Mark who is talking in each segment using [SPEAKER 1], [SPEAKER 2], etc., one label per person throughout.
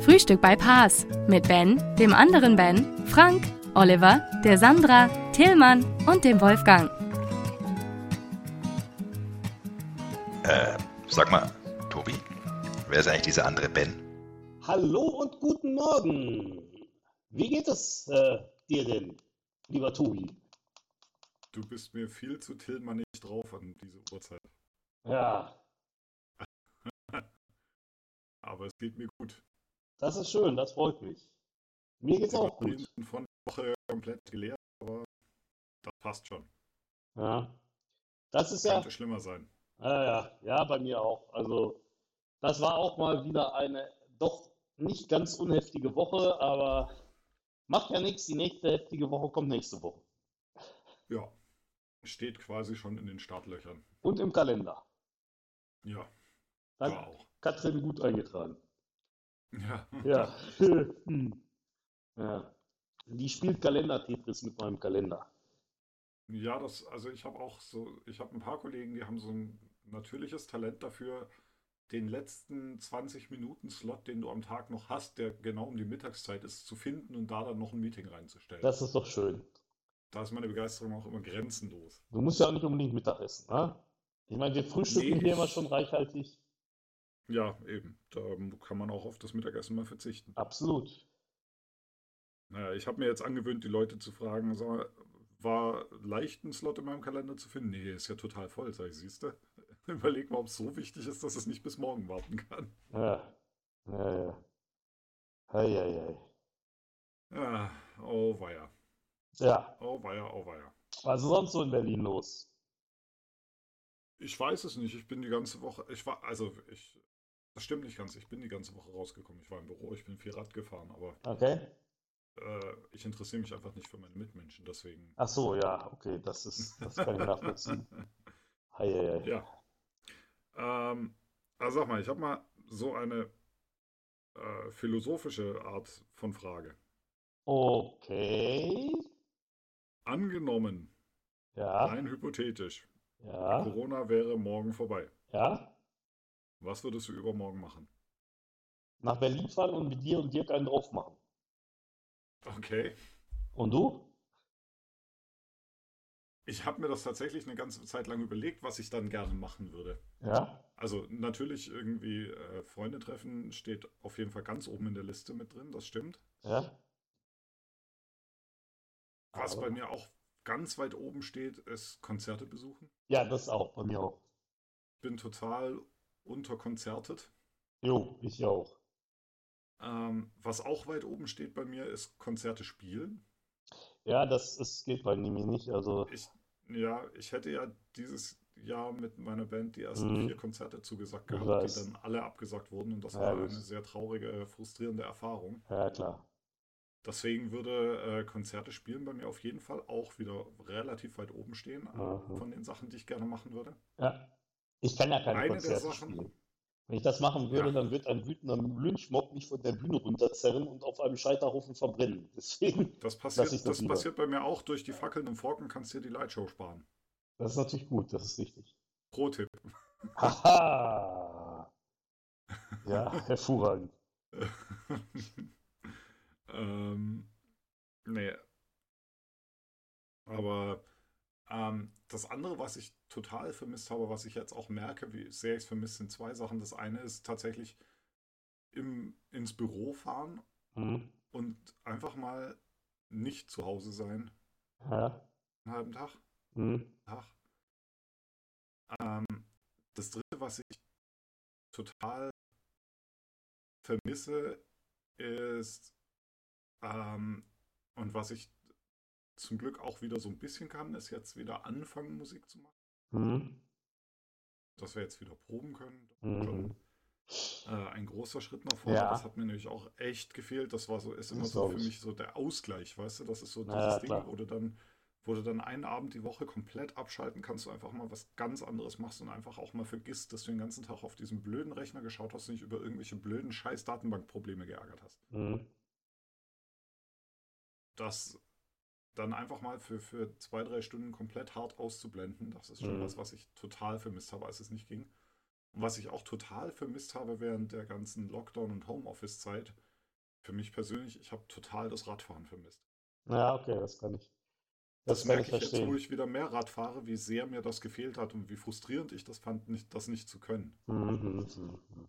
[SPEAKER 1] Frühstück bei Paas mit Ben, dem anderen Ben, Frank, Oliver, der Sandra, Tillmann und dem Wolfgang.
[SPEAKER 2] Äh, sag mal, Tobi, wer ist eigentlich dieser andere Ben?
[SPEAKER 3] Hallo und guten Morgen. Wie geht es äh, dir denn, lieber Tobi?
[SPEAKER 4] Du bist mir viel zu Tillmannig drauf an diese Uhrzeit.
[SPEAKER 3] Ja,
[SPEAKER 4] Aber es geht mir gut.
[SPEAKER 3] das ist schön, das freut mich. Mir geht's auch
[SPEAKER 4] Ich
[SPEAKER 3] gut.
[SPEAKER 4] bin von der Woche komplett geleert, aber das passt schon.
[SPEAKER 3] Ja. Das ist ja,
[SPEAKER 4] Könnte schlimmer sein.
[SPEAKER 3] ja, ja, ja, bei mir auch. Also, das war auch mal wieder eine doch nicht ganz unheftige Woche, aber macht ja nichts. Die nächste heftige Woche kommt nächste Woche.
[SPEAKER 4] Ja. Steht quasi schon in den Startlöchern.
[SPEAKER 3] Und im Kalender.
[SPEAKER 4] Ja,
[SPEAKER 3] Dank
[SPEAKER 4] war auch.
[SPEAKER 3] Katrin gut eingetragen.
[SPEAKER 4] Ja.
[SPEAKER 3] Ja. Hm. ja. Die spielt Kalender-Tetris mit meinem Kalender.
[SPEAKER 4] Ja, das, also ich habe auch so, ich habe ein paar Kollegen, die haben so ein natürliches Talent dafür, den letzten 20 Minuten Slot, den du am Tag noch hast, der genau um die Mittagszeit ist, zu finden und da dann noch ein Meeting reinzustellen.
[SPEAKER 3] Das ist doch schön.
[SPEAKER 4] Da ist meine Begeisterung auch immer grenzenlos.
[SPEAKER 3] Du musst ja auch nicht unbedingt Mittag essen, ne? Ich meine, wir frühstücken
[SPEAKER 4] Nee,
[SPEAKER 3] hier
[SPEAKER 4] ich-
[SPEAKER 3] immer schon reichhaltig.
[SPEAKER 4] Ja, eben. Da ähm, kann man auch auf das Mittagessen mal verzichten.
[SPEAKER 3] Absolut.
[SPEAKER 4] Naja, ich habe mir jetzt angewöhnt, die Leute zu fragen, sag mal, war leicht ein Slot in meinem Kalender zu finden? Nee, ist ja total voll, sag ich, siehste. Überleg mal, ob es so wichtig ist, dass es nicht bis morgen warten kann.
[SPEAKER 3] Ja. Ja, ja. Ei, ei, ei.
[SPEAKER 4] Ah, oh weia.
[SPEAKER 3] Ja,
[SPEAKER 4] Oh weia, oh weia.
[SPEAKER 3] was ist sonst so in Berlin los?
[SPEAKER 4] Ich weiß es nicht. Ich bin die ganze Woche. Ich war, also ich. Das stimmt nicht ganz. Ich bin die ganze Woche rausgekommen. Ich war im Büro, ich bin viel Rad gefahren, aber
[SPEAKER 3] Okay.
[SPEAKER 4] äh, ich interessiere mich einfach nicht für meine Mitmenschen, deswegen.
[SPEAKER 3] Ach so, ja, okay, das ist, das kann ich nachvollziehen. Ei, ei, ei.
[SPEAKER 4] Ja. Ähm, also sag mal, ich habe mal so eine äh, philosophische Art von Frage.
[SPEAKER 3] Okay.
[SPEAKER 4] Angenommen,
[SPEAKER 3] Ja,
[SPEAKER 4] rein hypothetisch,
[SPEAKER 3] ja,
[SPEAKER 4] Corona wäre morgen vorbei.
[SPEAKER 3] ja.
[SPEAKER 4] Was würdest du übermorgen machen?
[SPEAKER 3] Nach Berlin fahren und mit dir und Dirk einen drauf machen.
[SPEAKER 4] Okay.
[SPEAKER 3] Und du?
[SPEAKER 4] Ich habe mir das tatsächlich eine ganze Zeit lang überlegt, was ich dann gerne machen würde.
[SPEAKER 3] Ja,
[SPEAKER 4] Also natürlich irgendwie äh, Freunde treffen steht auf jeden Fall ganz oben in der Liste mit drin, das stimmt.
[SPEAKER 3] ja.
[SPEAKER 4] Was
[SPEAKER 3] Aber-
[SPEAKER 4] bei mir auch ganz weit oben steht, ist Konzerte besuchen.
[SPEAKER 3] Ja, das auch, bei mir auch.
[SPEAKER 4] Bin total unterkonzertet.
[SPEAKER 3] Jo, ich auch.
[SPEAKER 4] Ähm, was auch weit oben steht bei mir, ist Konzerte spielen.
[SPEAKER 3] Ja, das ist, geht bei Nimi nicht. Also,
[SPEAKER 4] Ich, ja, ich hätte ja dieses Jahr mit meiner Band die ersten
[SPEAKER 3] Mhm.
[SPEAKER 4] vier Konzerte zugesagt
[SPEAKER 3] Ich
[SPEAKER 4] gehabt, die
[SPEAKER 3] weiß.
[SPEAKER 4] dann alle abgesagt wurden und das
[SPEAKER 3] Ja,
[SPEAKER 4] war
[SPEAKER 3] gut.
[SPEAKER 4] eine sehr traurige, äh, frustrierende Erfahrung.
[SPEAKER 3] ja, klar.
[SPEAKER 4] Deswegen würde äh, Konzerte spielen bei mir auf jeden Fall auch wieder relativ weit oben stehen äh,
[SPEAKER 3] Mhm.
[SPEAKER 4] von den Sachen, die ich gerne machen würde.
[SPEAKER 3] Ja. Ich kann ja keine
[SPEAKER 4] Eine der
[SPEAKER 3] Konzerte
[SPEAKER 4] Sachen-
[SPEAKER 3] spielen. Wenn ich das machen würde,
[SPEAKER 4] Ja.
[SPEAKER 3] dann wird ein wütender Lynchmob mich von der Bühne runterzerren und auf einem Scheiterhaufen verbrennen. Deswegen,
[SPEAKER 4] Das passiert,
[SPEAKER 3] ich das
[SPEAKER 4] das
[SPEAKER 3] lieber.
[SPEAKER 4] passiert bei mir auch. Durch die Fackeln und Forken kannst du dir die Lightshow sparen.
[SPEAKER 3] das ist natürlich gut, das ist richtig.
[SPEAKER 4] Pro-Tipp.
[SPEAKER 3] Haha! Ja, hervorragend.
[SPEAKER 4] ähm, nee. Aber ähm, das andere, was ich total vermisst habe, was ich jetzt auch merke, wie sehr ich es vermisse, sind zwei Sachen. Das eine ist tatsächlich im, ins Büro fahren
[SPEAKER 3] Hm.
[SPEAKER 4] und einfach mal nicht zu Hause sein,
[SPEAKER 3] Ja.
[SPEAKER 4] einen halben Tag.
[SPEAKER 3] Hm.
[SPEAKER 4] Tag. Ähm, das dritte, was ich total vermisse, ist, ähm, und was ich zum Glück auch wieder so ein bisschen kann, ist jetzt wieder anfangen, Musik zu machen.
[SPEAKER 3] Hm.
[SPEAKER 4] Dass wir jetzt wieder proben können.
[SPEAKER 3] Mhm.
[SPEAKER 4] Äh, ein großer Schritt nach vorne.
[SPEAKER 3] Ja.
[SPEAKER 4] Das hat mir nämlich auch echt gefehlt. Das war so, ist immer
[SPEAKER 3] Das
[SPEAKER 4] so
[SPEAKER 3] glaub
[SPEAKER 4] für
[SPEAKER 3] ich.
[SPEAKER 4] mich so der Ausgleich, weißt du? Das ist so
[SPEAKER 3] Na
[SPEAKER 4] dieses
[SPEAKER 3] ja,
[SPEAKER 4] Ding,
[SPEAKER 3] klar.
[SPEAKER 4] wo du dann, wo du dann einen Abend die Woche komplett abschalten kannst, du einfach mal was ganz anderes machst und einfach auch mal vergisst, dass du den ganzen Tag auf diesen blöden Rechner geschaut hast und dich über irgendwelche blöden scheiß Datenbankprobleme geärgert hast.
[SPEAKER 3] Mhm.
[SPEAKER 4] Das dann einfach mal für, für zwei, drei Stunden komplett hart auszublenden, das ist schon
[SPEAKER 3] Mhm.
[SPEAKER 4] was, was ich total vermisst habe, als es nicht ging. Und was ich auch total vermisst habe während der ganzen Lockdown- und Homeoffice-Zeit, für mich persönlich, ich habe total das Radfahren vermisst.
[SPEAKER 3] Ja, okay, das kann ich.
[SPEAKER 4] Das
[SPEAKER 3] Das, kann
[SPEAKER 4] merke
[SPEAKER 3] ich
[SPEAKER 4] ich jetzt,
[SPEAKER 3] verstehen.
[SPEAKER 4] wo ich wieder mehr Rad fahre, wie sehr mir das gefehlt hat und wie frustrierend ich das fand, nicht, das nicht zu können.
[SPEAKER 3] Mhm, mhm, mhm.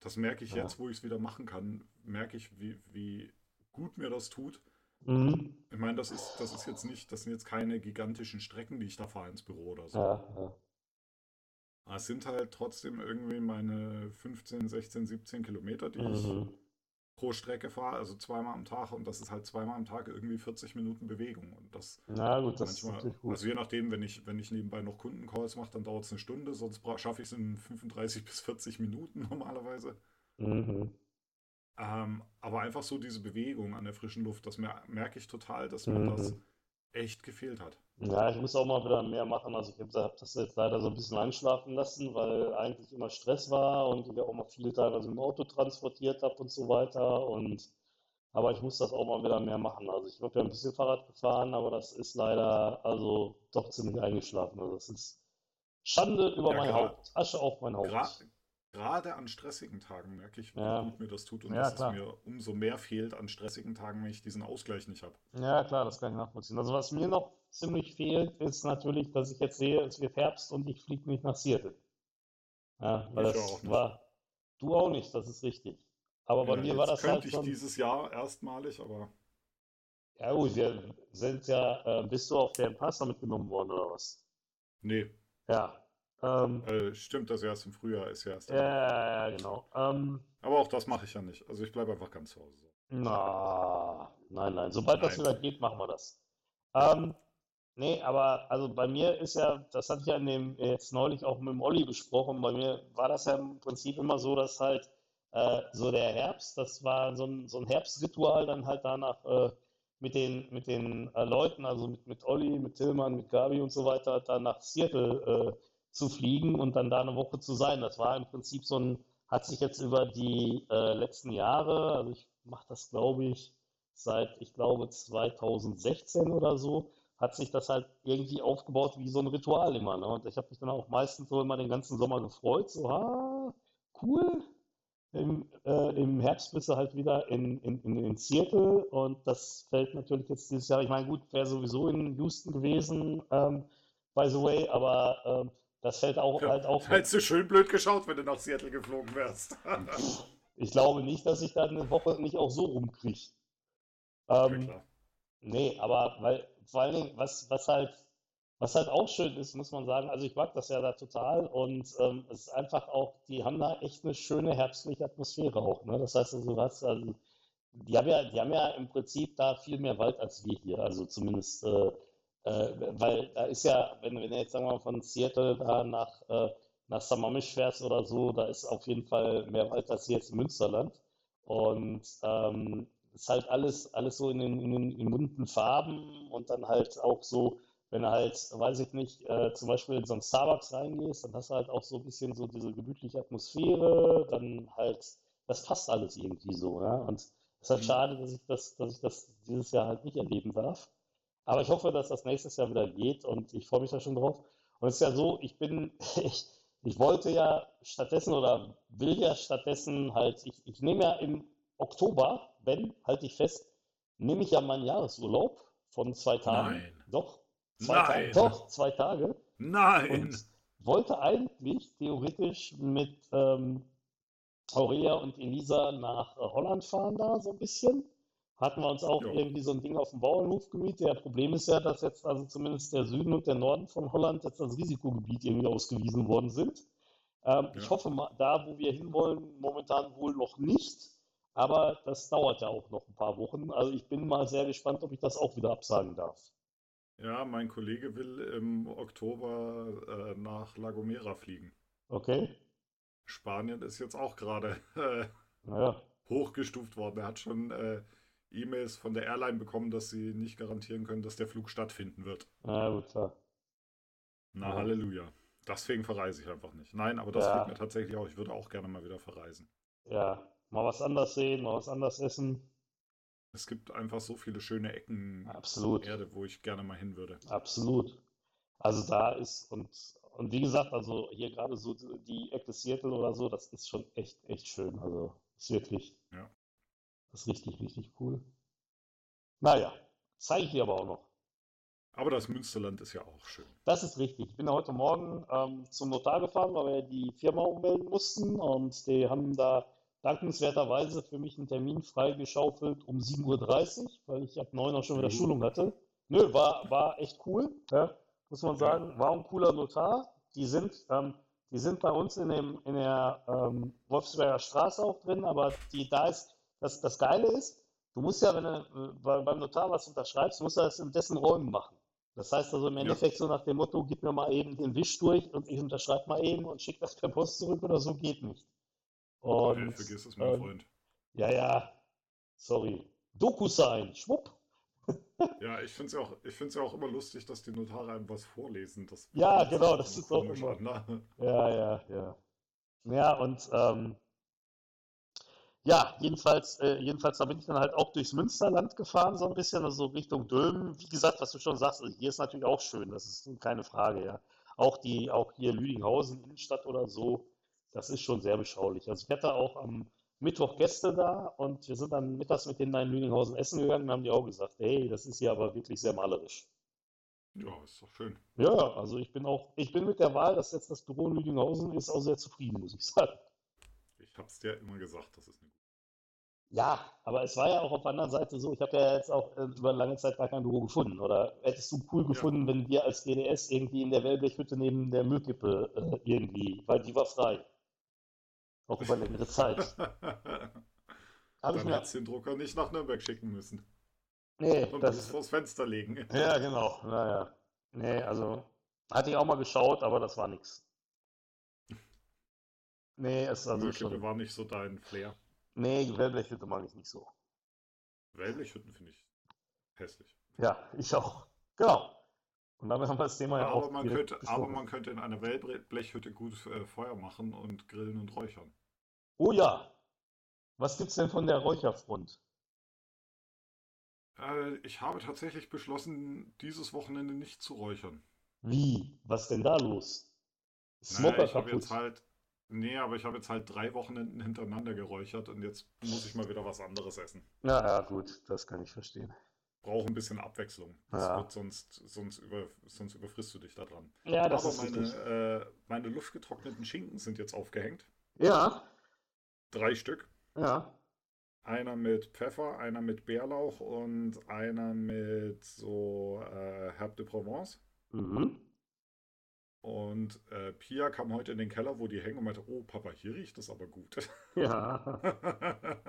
[SPEAKER 4] Das merke ich
[SPEAKER 3] Ja.
[SPEAKER 4] jetzt, wo ich es wieder machen kann, merke ich, wie, wie gut mir das tut.
[SPEAKER 3] Mhm.
[SPEAKER 4] Ich meine, das ist, das ist jetzt nicht, das sind jetzt keine gigantischen Strecken, die ich da fahre ins Büro oder so.
[SPEAKER 3] Ja, ja.
[SPEAKER 4] Aber es sind halt trotzdem irgendwie meine 15, 16, 17 Kilometer, die ich
[SPEAKER 3] Mhm.
[SPEAKER 4] pro Strecke fahre, also zweimal am Tag. Und das ist halt zweimal am Tag irgendwie 40 Minuten Bewegung. Und das
[SPEAKER 3] Na gut, das ist
[SPEAKER 4] manchmal,
[SPEAKER 3] natürlich gut.
[SPEAKER 4] also je nachdem, wenn ich, wenn ich nebenbei noch Kundencalls mache, dann dauert es eine Stunde, sonst bra- schaffe ich es in 35 bis 40 Minuten normalerweise.
[SPEAKER 3] Mhm.
[SPEAKER 4] Ähm, aber einfach so diese Bewegung an der frischen Luft, das mer merke ich total, dass mir
[SPEAKER 3] Mhm. Hm,
[SPEAKER 4] das echt gefehlt hat.
[SPEAKER 3] Ja, ich muss auch mal wieder mehr machen. Also ich habe das jetzt leider so ein bisschen einschlafen lassen, weil eigentlich immer Stress war und ich auch mal viele teilweise im Auto transportiert habe und so weiter. Und aber ich muss das auch mal wieder mehr machen. Also ich habe ja ein bisschen Fahrrad gefahren, aber das ist leider also doch ziemlich eingeschlafen. Also das ist Schande über
[SPEAKER 4] Ja,
[SPEAKER 3] mein
[SPEAKER 4] gerade-
[SPEAKER 3] Haupt, Asche auf mein Haupt.
[SPEAKER 4] Gra gerade an stressigen Tagen merke ich, wie
[SPEAKER 3] Ja.
[SPEAKER 4] gut mir das tut und
[SPEAKER 3] Ja,
[SPEAKER 4] dass
[SPEAKER 3] klar.
[SPEAKER 4] es mir umso mehr fehlt an stressigen Tagen, wenn ich diesen Ausgleich nicht habe.
[SPEAKER 3] Ja, klar, das kann ich nachvollziehen. Also was mir noch ziemlich fehlt, ist natürlich, dass ich jetzt sehe, es wird Herbst und ich fliege nicht nach Seattle. Ja, weil
[SPEAKER 4] Ich
[SPEAKER 3] das
[SPEAKER 4] auch nicht.
[SPEAKER 3] war du auch nicht, das ist richtig. Aber bei
[SPEAKER 4] Ja,
[SPEAKER 3] mir war
[SPEAKER 4] jetzt
[SPEAKER 3] das halt
[SPEAKER 4] könnte ich
[SPEAKER 3] schon,
[SPEAKER 4] dieses Jahr erstmalig, aber
[SPEAKER 3] ja gut, wir sind ja, äh, bist du auf der Pasta mitgenommen worden oder was?
[SPEAKER 4] nee,
[SPEAKER 3] Ja, ähm,
[SPEAKER 4] äh, stimmt, das erst im Frühjahr ist ja erst.
[SPEAKER 3] ja, ja, ja, genau. Ähm,
[SPEAKER 4] Aber auch das mache ich ja nicht. Also ich bleibe einfach ganz zu Hause.
[SPEAKER 3] Na, nein, nein. Sobald das
[SPEAKER 4] Nein.
[SPEAKER 3] wieder geht, machen wir das. Ähm, nee, aber also bei mir ist ja, das hatte ich ja in dem, jetzt neulich auch mit dem Olli besprochen, bei mir war das ja im Prinzip immer so, dass halt äh, so der Herbst, das war so ein, so ein Herbstritual, dann halt danach äh, mit den, mit den äh, Leuten, also mit, mit Olli, mit Tillmann, mit Gabi und so weiter, dann nach Seattle äh, zu fliegen und dann da eine Woche zu sein. Das war im Prinzip so ein hat sich jetzt über die äh, letzten Jahre, also ich mache das glaube ich seit, ich glaube 2016 oder so, hat sich das halt irgendwie aufgebaut wie so ein Ritual immer. Ne? Und ich habe mich dann auch meistens so immer den ganzen Sommer gefreut, so, ah, cool. Im, äh, im Herbst bist du halt wieder in, in, in, in Seattle und das fällt natürlich jetzt dieses Jahr. Ich meine, gut, wäre sowieso in Houston gewesen, ähm, by the way, aber ähm, das fällt auch halt auch.
[SPEAKER 4] Hättest du schön blöd geschaut, wenn du nach Seattle geflogen wärst.
[SPEAKER 3] Ich glaube nicht, dass ich da eine Woche nicht auch so rumkriege.
[SPEAKER 4] Ja,
[SPEAKER 3] Ähm,
[SPEAKER 4] klar.
[SPEAKER 3] nee, aber weil, vor allen Dingen, was, was halt, was halt auch schön ist, muss man sagen, also ich mag das ja da total und ähm, es ist einfach auch, die haben da echt eine schöne herbstliche Atmosphäre auch, ne? Das heißt also, was, also, die haben ja, die haben ja im Prinzip da viel mehr Wald als wir hier, also zumindest, äh, äh, weil da ist ja, wenn, wenn du jetzt sagen wir mal von Seattle da nach, äh, nach Sammamish fährst oder so, da ist auf jeden Fall mehr Wald als hier jetzt im Münsterland. Und ähm, ist halt alles, alles so in den, in den, in bunten Farben und dann halt auch so, wenn du halt, weiß ich nicht, äh, zum Beispiel in so einen Starbucks reingehst, dann hast du halt auch so ein bisschen so diese gemütliche Atmosphäre, dann halt, das passt alles irgendwie so, ja. Und es ist halt schade, dass ich das, dass ich das dieses Jahr halt nicht erleben darf. Aber ich hoffe, dass das nächstes Jahr wieder geht und ich freue mich da schon drauf. Und es ist ja so, ich bin, ich, ich wollte ja stattdessen oder will ja stattdessen halt, ich, ich nehme ja im Oktober, wenn, halte ich fest, nehme ich ja meinen Jahresurlaub von zwei Tagen.
[SPEAKER 4] Nein.
[SPEAKER 3] Doch, zwei Tage,
[SPEAKER 4] Nein.
[SPEAKER 3] doch, zwei Tage.
[SPEAKER 4] Nein!
[SPEAKER 3] Und wollte eigentlich theoretisch mit ähm, Aurelia und Elisa nach äh, Holland fahren da so ein bisschen. Hatten wir uns auch
[SPEAKER 4] Jo.
[SPEAKER 3] irgendwie so ein Ding auf dem Bauernhof gemietet. Ja, Problem ist ja, dass jetzt also zumindest der Süden und der Norden von Holland jetzt als Risikogebiet irgendwie ausgewiesen worden sind. Ähm, ich
[SPEAKER 4] Ja.
[SPEAKER 3] hoffe mal, da wo wir hinwollen, momentan wohl noch nicht. Aber das dauert ja auch noch ein paar Wochen. Also ich bin mal sehr gespannt, ob ich das auch wieder absagen darf.
[SPEAKER 4] Ja, mein Kollege will im Oktober äh, nach La Gomera fliegen.
[SPEAKER 3] Okay?
[SPEAKER 4] Spanien ist jetzt auch gerade äh,
[SPEAKER 3] Naja,
[SPEAKER 4] hochgestuft worden. Er hat schon äh, E-Mails von der Airline bekommen, dass sie nicht garantieren können, dass der Flug stattfinden wird.
[SPEAKER 3] na gut, klar.
[SPEAKER 4] Na,
[SPEAKER 3] Ja.
[SPEAKER 4] Halleluja. Deswegen verreise ich einfach nicht. Nein, aber das
[SPEAKER 3] Mhm. Ja.
[SPEAKER 4] fehlt mir tatsächlich auch. Ich würde auch gerne mal wieder verreisen.
[SPEAKER 3] Ja, mal was anders sehen, mal was anders essen.
[SPEAKER 4] Es gibt einfach so viele schöne Ecken
[SPEAKER 3] Absolut.
[SPEAKER 4] der Erde, wo ich gerne mal hin würde.
[SPEAKER 3] Absolut. Also da ist und und wie gesagt, also hier gerade so die Ecke Seattle oder so, das ist schon echt, echt schön. Also ist wirklich,
[SPEAKER 4] Ja.
[SPEAKER 3] das ist richtig, richtig cool. Naja, zeige ich dir aber auch noch.
[SPEAKER 4] Aber das Münsterland ist ja auch schön.
[SPEAKER 3] Das ist richtig. Ich bin heute Morgen ähm, zum Notar gefahren, weil wir die Firma ummelden mussten und die haben da dankenswerterweise für mich einen Termin freigeschaufelt um 7.30 Uhr, weil ich ab 9 Uhr schon wieder
[SPEAKER 4] Juhu.
[SPEAKER 3] Schulung hatte. Nö, war, war echt cool, ja, muss man sagen. War ein cooler Notar. Die sind, ähm, die sind bei uns in, dem, in der ähm, Wolfsberger Straße auch drin, aber die da ist, das, das Geile ist, du musst ja, wenn du äh, bei, beim Notar was unterschreibst, musst du das in dessen Räumen machen. Das heißt also im Endeffekt so nach dem Motto, gib mir mal eben den Wisch durch und ich unterschreibe mal eben und schick das per Post zurück oder so geht nicht.
[SPEAKER 4] Hey,
[SPEAKER 3] Und
[SPEAKER 4] vergiss es, mein
[SPEAKER 3] ähm,
[SPEAKER 4] Freund.
[SPEAKER 3] ja, ja, sorry. Doku sein, schwupp.
[SPEAKER 4] Ja, ich finde es ja, auch- ich find's ja auch immer lustig, dass die Notare einem was vorlesen. Das
[SPEAKER 3] Ja,
[SPEAKER 4] das
[SPEAKER 3] genau, das ist auch
[SPEAKER 4] komisch
[SPEAKER 3] immer-
[SPEAKER 4] an, ne?
[SPEAKER 3] Ja, ja, ja. Ja, und ähm, ja, jedenfalls, äh, jedenfalls, da bin ich dann halt auch durchs Münsterland gefahren, so ein bisschen, also Richtung Dülmen. Wie gesagt, was du schon sagst, also hier ist natürlich auch schön, das ist keine Frage, ja. Auch die, auch hier Lüdinghausen, Innenstadt oder so, das ist schon sehr beschaulich. Also ich hatte auch am Mittwoch Gäste da und wir sind dann mittags mit denen da in Lüdinghausen essen gegangen und haben die auch gesagt, hey, das ist hier aber wirklich sehr malerisch.
[SPEAKER 4] Ja, ist doch schön.
[SPEAKER 3] Ja, also ich bin auch, ich bin mit der Wahl, dass jetzt das Büro in Lüdinghausen ist, auch sehr zufrieden, muss ich sagen.
[SPEAKER 4] Ich hab's dir immer gesagt, das ist eine gute.
[SPEAKER 3] Ja, aber es war ja auch auf der anderen Seite so, ich habe ja jetzt auch äh, über lange Zeit gar kein Büro gefunden. Oder hättest du cool gefunden, wenn wir als GDS irgendwie in der Wellblechhütte neben der Müllkippe äh, irgendwie, weil die war frei. Auch über längere Zeit. Halt. Habe ich
[SPEAKER 4] Dann
[SPEAKER 3] mir,
[SPEAKER 4] hättest du den Drucker nicht nach Nürnberg schicken müssen.
[SPEAKER 3] nee,
[SPEAKER 4] Und
[SPEAKER 3] das,
[SPEAKER 4] das vors Fenster legen.
[SPEAKER 3] ja, genau, naja. Nee, also hatte ich auch mal geschaut, aber das war nix. Nee, es ist also
[SPEAKER 4] Müllkippe
[SPEAKER 3] schon,
[SPEAKER 4] war nicht so dein Flair.
[SPEAKER 3] nee, die Wellblechhütte mag ich nicht so.
[SPEAKER 4] Wellblechhütten finde ich hässlich.
[SPEAKER 3] Ja, ich auch. Genau. Und damit haben wir das Thema ja auch
[SPEAKER 4] Aber man,
[SPEAKER 3] direkt
[SPEAKER 4] könnte, aber
[SPEAKER 3] besprochen.
[SPEAKER 4] man könnte in einer Wellblechhütte gut äh, Feuer machen und grillen und räuchern.
[SPEAKER 3] Oh ja. Was gibt's denn von der Räucherfront?
[SPEAKER 4] Äh, ich habe tatsächlich beschlossen, dieses Wochenende nicht zu räuchern.
[SPEAKER 3] Wie? Was denn da los? Ist Smoker
[SPEAKER 4] Naja, ich habe
[SPEAKER 3] kaputt.
[SPEAKER 4] jetzt halt. Nee, aber ich habe jetzt halt drei Wochenenden hintereinander geräuchert und jetzt muss ich mal wieder was anderes essen.
[SPEAKER 3] Na ja, gut, das kann ich verstehen.
[SPEAKER 4] Brauche ein bisschen Abwechslung. Das
[SPEAKER 3] Ja.
[SPEAKER 4] wird sonst, sonst, über, sonst überfrisst du dich da dran.
[SPEAKER 3] Ja, das
[SPEAKER 4] Aber
[SPEAKER 3] ist richtig.
[SPEAKER 4] meine, äh, meine luftgetrockneten Schinken sind jetzt aufgehängt.
[SPEAKER 3] Ja,
[SPEAKER 4] Drei Stück.
[SPEAKER 3] ja.
[SPEAKER 4] Einer mit Pfeffer, einer mit Bärlauch und einer mit so äh, Herbe de Provence.
[SPEAKER 3] Mhm.
[SPEAKER 4] Und äh, Pia kam heute in den Keller, wo die hängen und meinte, oh Papa, hier riecht das aber gut.
[SPEAKER 3] Ja,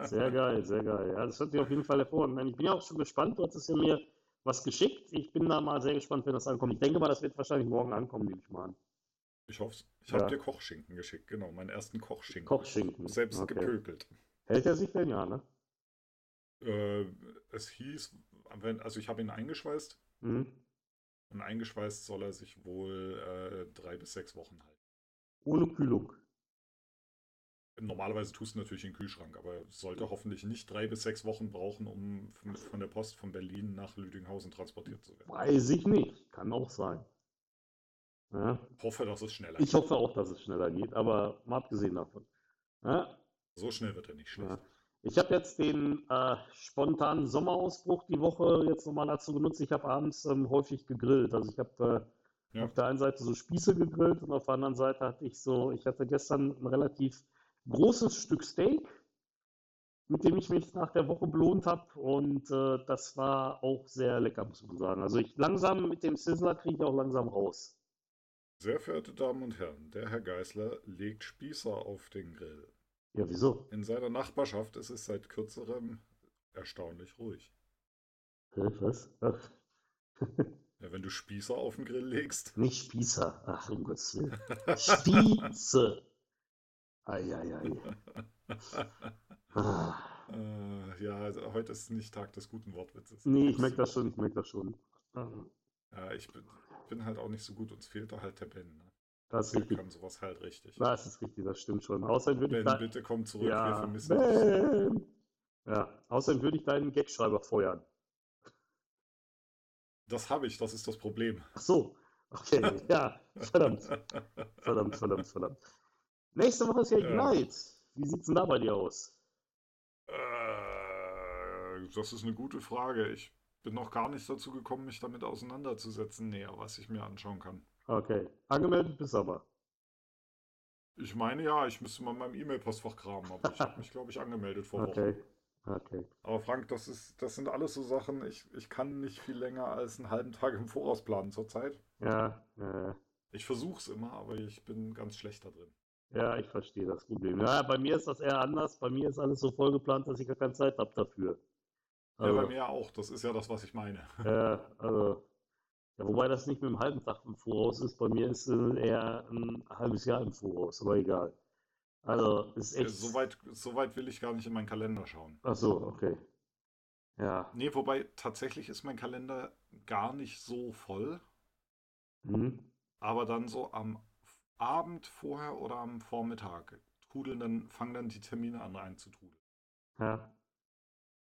[SPEAKER 3] sehr geil, sehr geil. Ja, das hört sich auf jeden Fall hervorragend an. Ich bin ja auch schon gespannt. Du hattest ja mir was geschickt. Ich bin da mal sehr gespannt, wenn das ankommt. Ich denke mal, das wird wahrscheinlich morgen ankommen, nehme ich mal an.
[SPEAKER 4] Ich hoffe, ich habe
[SPEAKER 3] Ja.
[SPEAKER 4] dir Kochschinken geschickt, genau, meinen ersten Kochschinken.
[SPEAKER 3] Kochschinken.
[SPEAKER 4] Selbst
[SPEAKER 3] Okay.
[SPEAKER 4] gepökelt.
[SPEAKER 3] Hält er sich denn ja, ne?
[SPEAKER 4] Äh, es hieß, wenn, also ich habe ihn eingeschweißt
[SPEAKER 3] Mhm.
[SPEAKER 4] und eingeschweißt soll er sich wohl äh, drei bis sechs Wochen halten.
[SPEAKER 3] Ohne Kühlung.
[SPEAKER 4] Normalerweise tust du natürlich in den Kühlschrank, aber sollte hoffentlich nicht drei bis sechs Wochen brauchen, um von, von der Post von Berlin nach Lüdinghausen transportiert zu werden.
[SPEAKER 3] Weiß ich nicht. Kann auch sein. Ja.
[SPEAKER 4] Ich hoffe, dass es schneller
[SPEAKER 3] Ich
[SPEAKER 4] geht.
[SPEAKER 3] hoffe auch, dass es schneller geht, aber mal abgesehen davon. Ja.
[SPEAKER 4] So schnell wird er nicht schlecht.
[SPEAKER 3] Ja. Ich habe jetzt den äh, spontanen Sommerausbruch die Woche jetzt nochmal dazu genutzt. Ich habe abends ähm, häufig gegrillt. Also ich habe äh,
[SPEAKER 4] Ja.
[SPEAKER 3] auf der einen Seite so Spieße gegrillt und auf der anderen Seite hatte ich so, ich hatte gestern ein relativ großes Stück Steak, mit dem ich mich nach der Woche belohnt habe. Und äh, das war auch sehr lecker, muss man sagen. Also ich langsam mit dem Sizzler kriege ich auch langsam raus.
[SPEAKER 4] Sehr verehrte Damen und Herren, der Herr Geißler legt Spießer auf den Grill.
[SPEAKER 3] Ja, wieso?
[SPEAKER 4] In seiner Nachbarschaft ist es seit kürzerem erstaunlich ruhig.
[SPEAKER 3] Hä, was? Ach,
[SPEAKER 4] Ja, wenn du Spießer auf den Grill legst,
[SPEAKER 3] nicht Spießer. Ach, um Gottes Willen. Spieße. Eieiei. Ah,
[SPEAKER 4] Äh, ja, also heute ist nicht Tag des guten Wortwitzes.
[SPEAKER 3] Nee, ich merke das schon, ich merke das schon.
[SPEAKER 4] Ja, ich bin, bin halt auch nicht so gut, uns fehlt da halt der Ben. Ne?
[SPEAKER 3] Das ist
[SPEAKER 4] Der
[SPEAKER 3] richtig.
[SPEAKER 4] kann sowas halt richtig.
[SPEAKER 3] Das ist richtig, das stimmt schon. Außerdem würde ich
[SPEAKER 4] Ben,
[SPEAKER 3] da,
[SPEAKER 4] bitte komm zurück, wir
[SPEAKER 3] ja,
[SPEAKER 4] vermissen dich.
[SPEAKER 3] Ben. ja, außerdem würde ich deinen Gagschreiber feuern.
[SPEAKER 4] Das habe ich, das ist das Problem. Äh,
[SPEAKER 3] Ach so, okay, ja, verdammt, verdammt, verdammt, verdammt. Nächste Woche ist ja
[SPEAKER 4] Ja.
[SPEAKER 3] Ignite. Wie sieht's denn da bei dir aus?
[SPEAKER 4] Äh, das ist eine gute Frage. Ich bin noch gar nicht dazu gekommen, mich damit auseinanderzusetzen, näher, was ich mir anschauen kann.
[SPEAKER 3] Okay, angemeldet bist du aber.
[SPEAKER 4] Ich meine ja, ich müsste mal in meinem E-Mail-Postfach kramen, aber ich habe mich, glaube ich, angemeldet vor Wochen.
[SPEAKER 3] Okay, okay.
[SPEAKER 4] Aber Frank, das ist, das sind alles so Sachen, ich, ich kann nicht viel länger als einen halben Tag im Voraus planen zurzeit.
[SPEAKER 3] Ja, äh,
[SPEAKER 4] Ich versuche es immer, aber ich bin ganz schlecht da drin.
[SPEAKER 3] ja, ich verstehe das Problem. Ja, bei mir ist das eher anders. Bei mir ist alles so vollgeplant, dass ich gar keine Zeit habe dafür.
[SPEAKER 4] Ja, bei
[SPEAKER 3] Also,
[SPEAKER 4] mir ja auch. Das ist ja das, was ich meine.
[SPEAKER 3] äh, also, ja, wobei das nicht mit einem halben Tag im Voraus ist. Bei mir ist es eher ein halbes Jahr im Voraus, aber egal. Also, ist echt.
[SPEAKER 4] Äh, So weit, so weit will ich gar nicht in meinen Kalender schauen.
[SPEAKER 3] Ach so, okay. Ja.
[SPEAKER 4] Nee, wobei tatsächlich ist mein Kalender gar nicht so voll,
[SPEAKER 3] Hm.
[SPEAKER 4] aber dann so am Abend vorher oder am Vormittag trudeln dann, fangen dann die Termine an einzutrudeln.
[SPEAKER 3] Ja.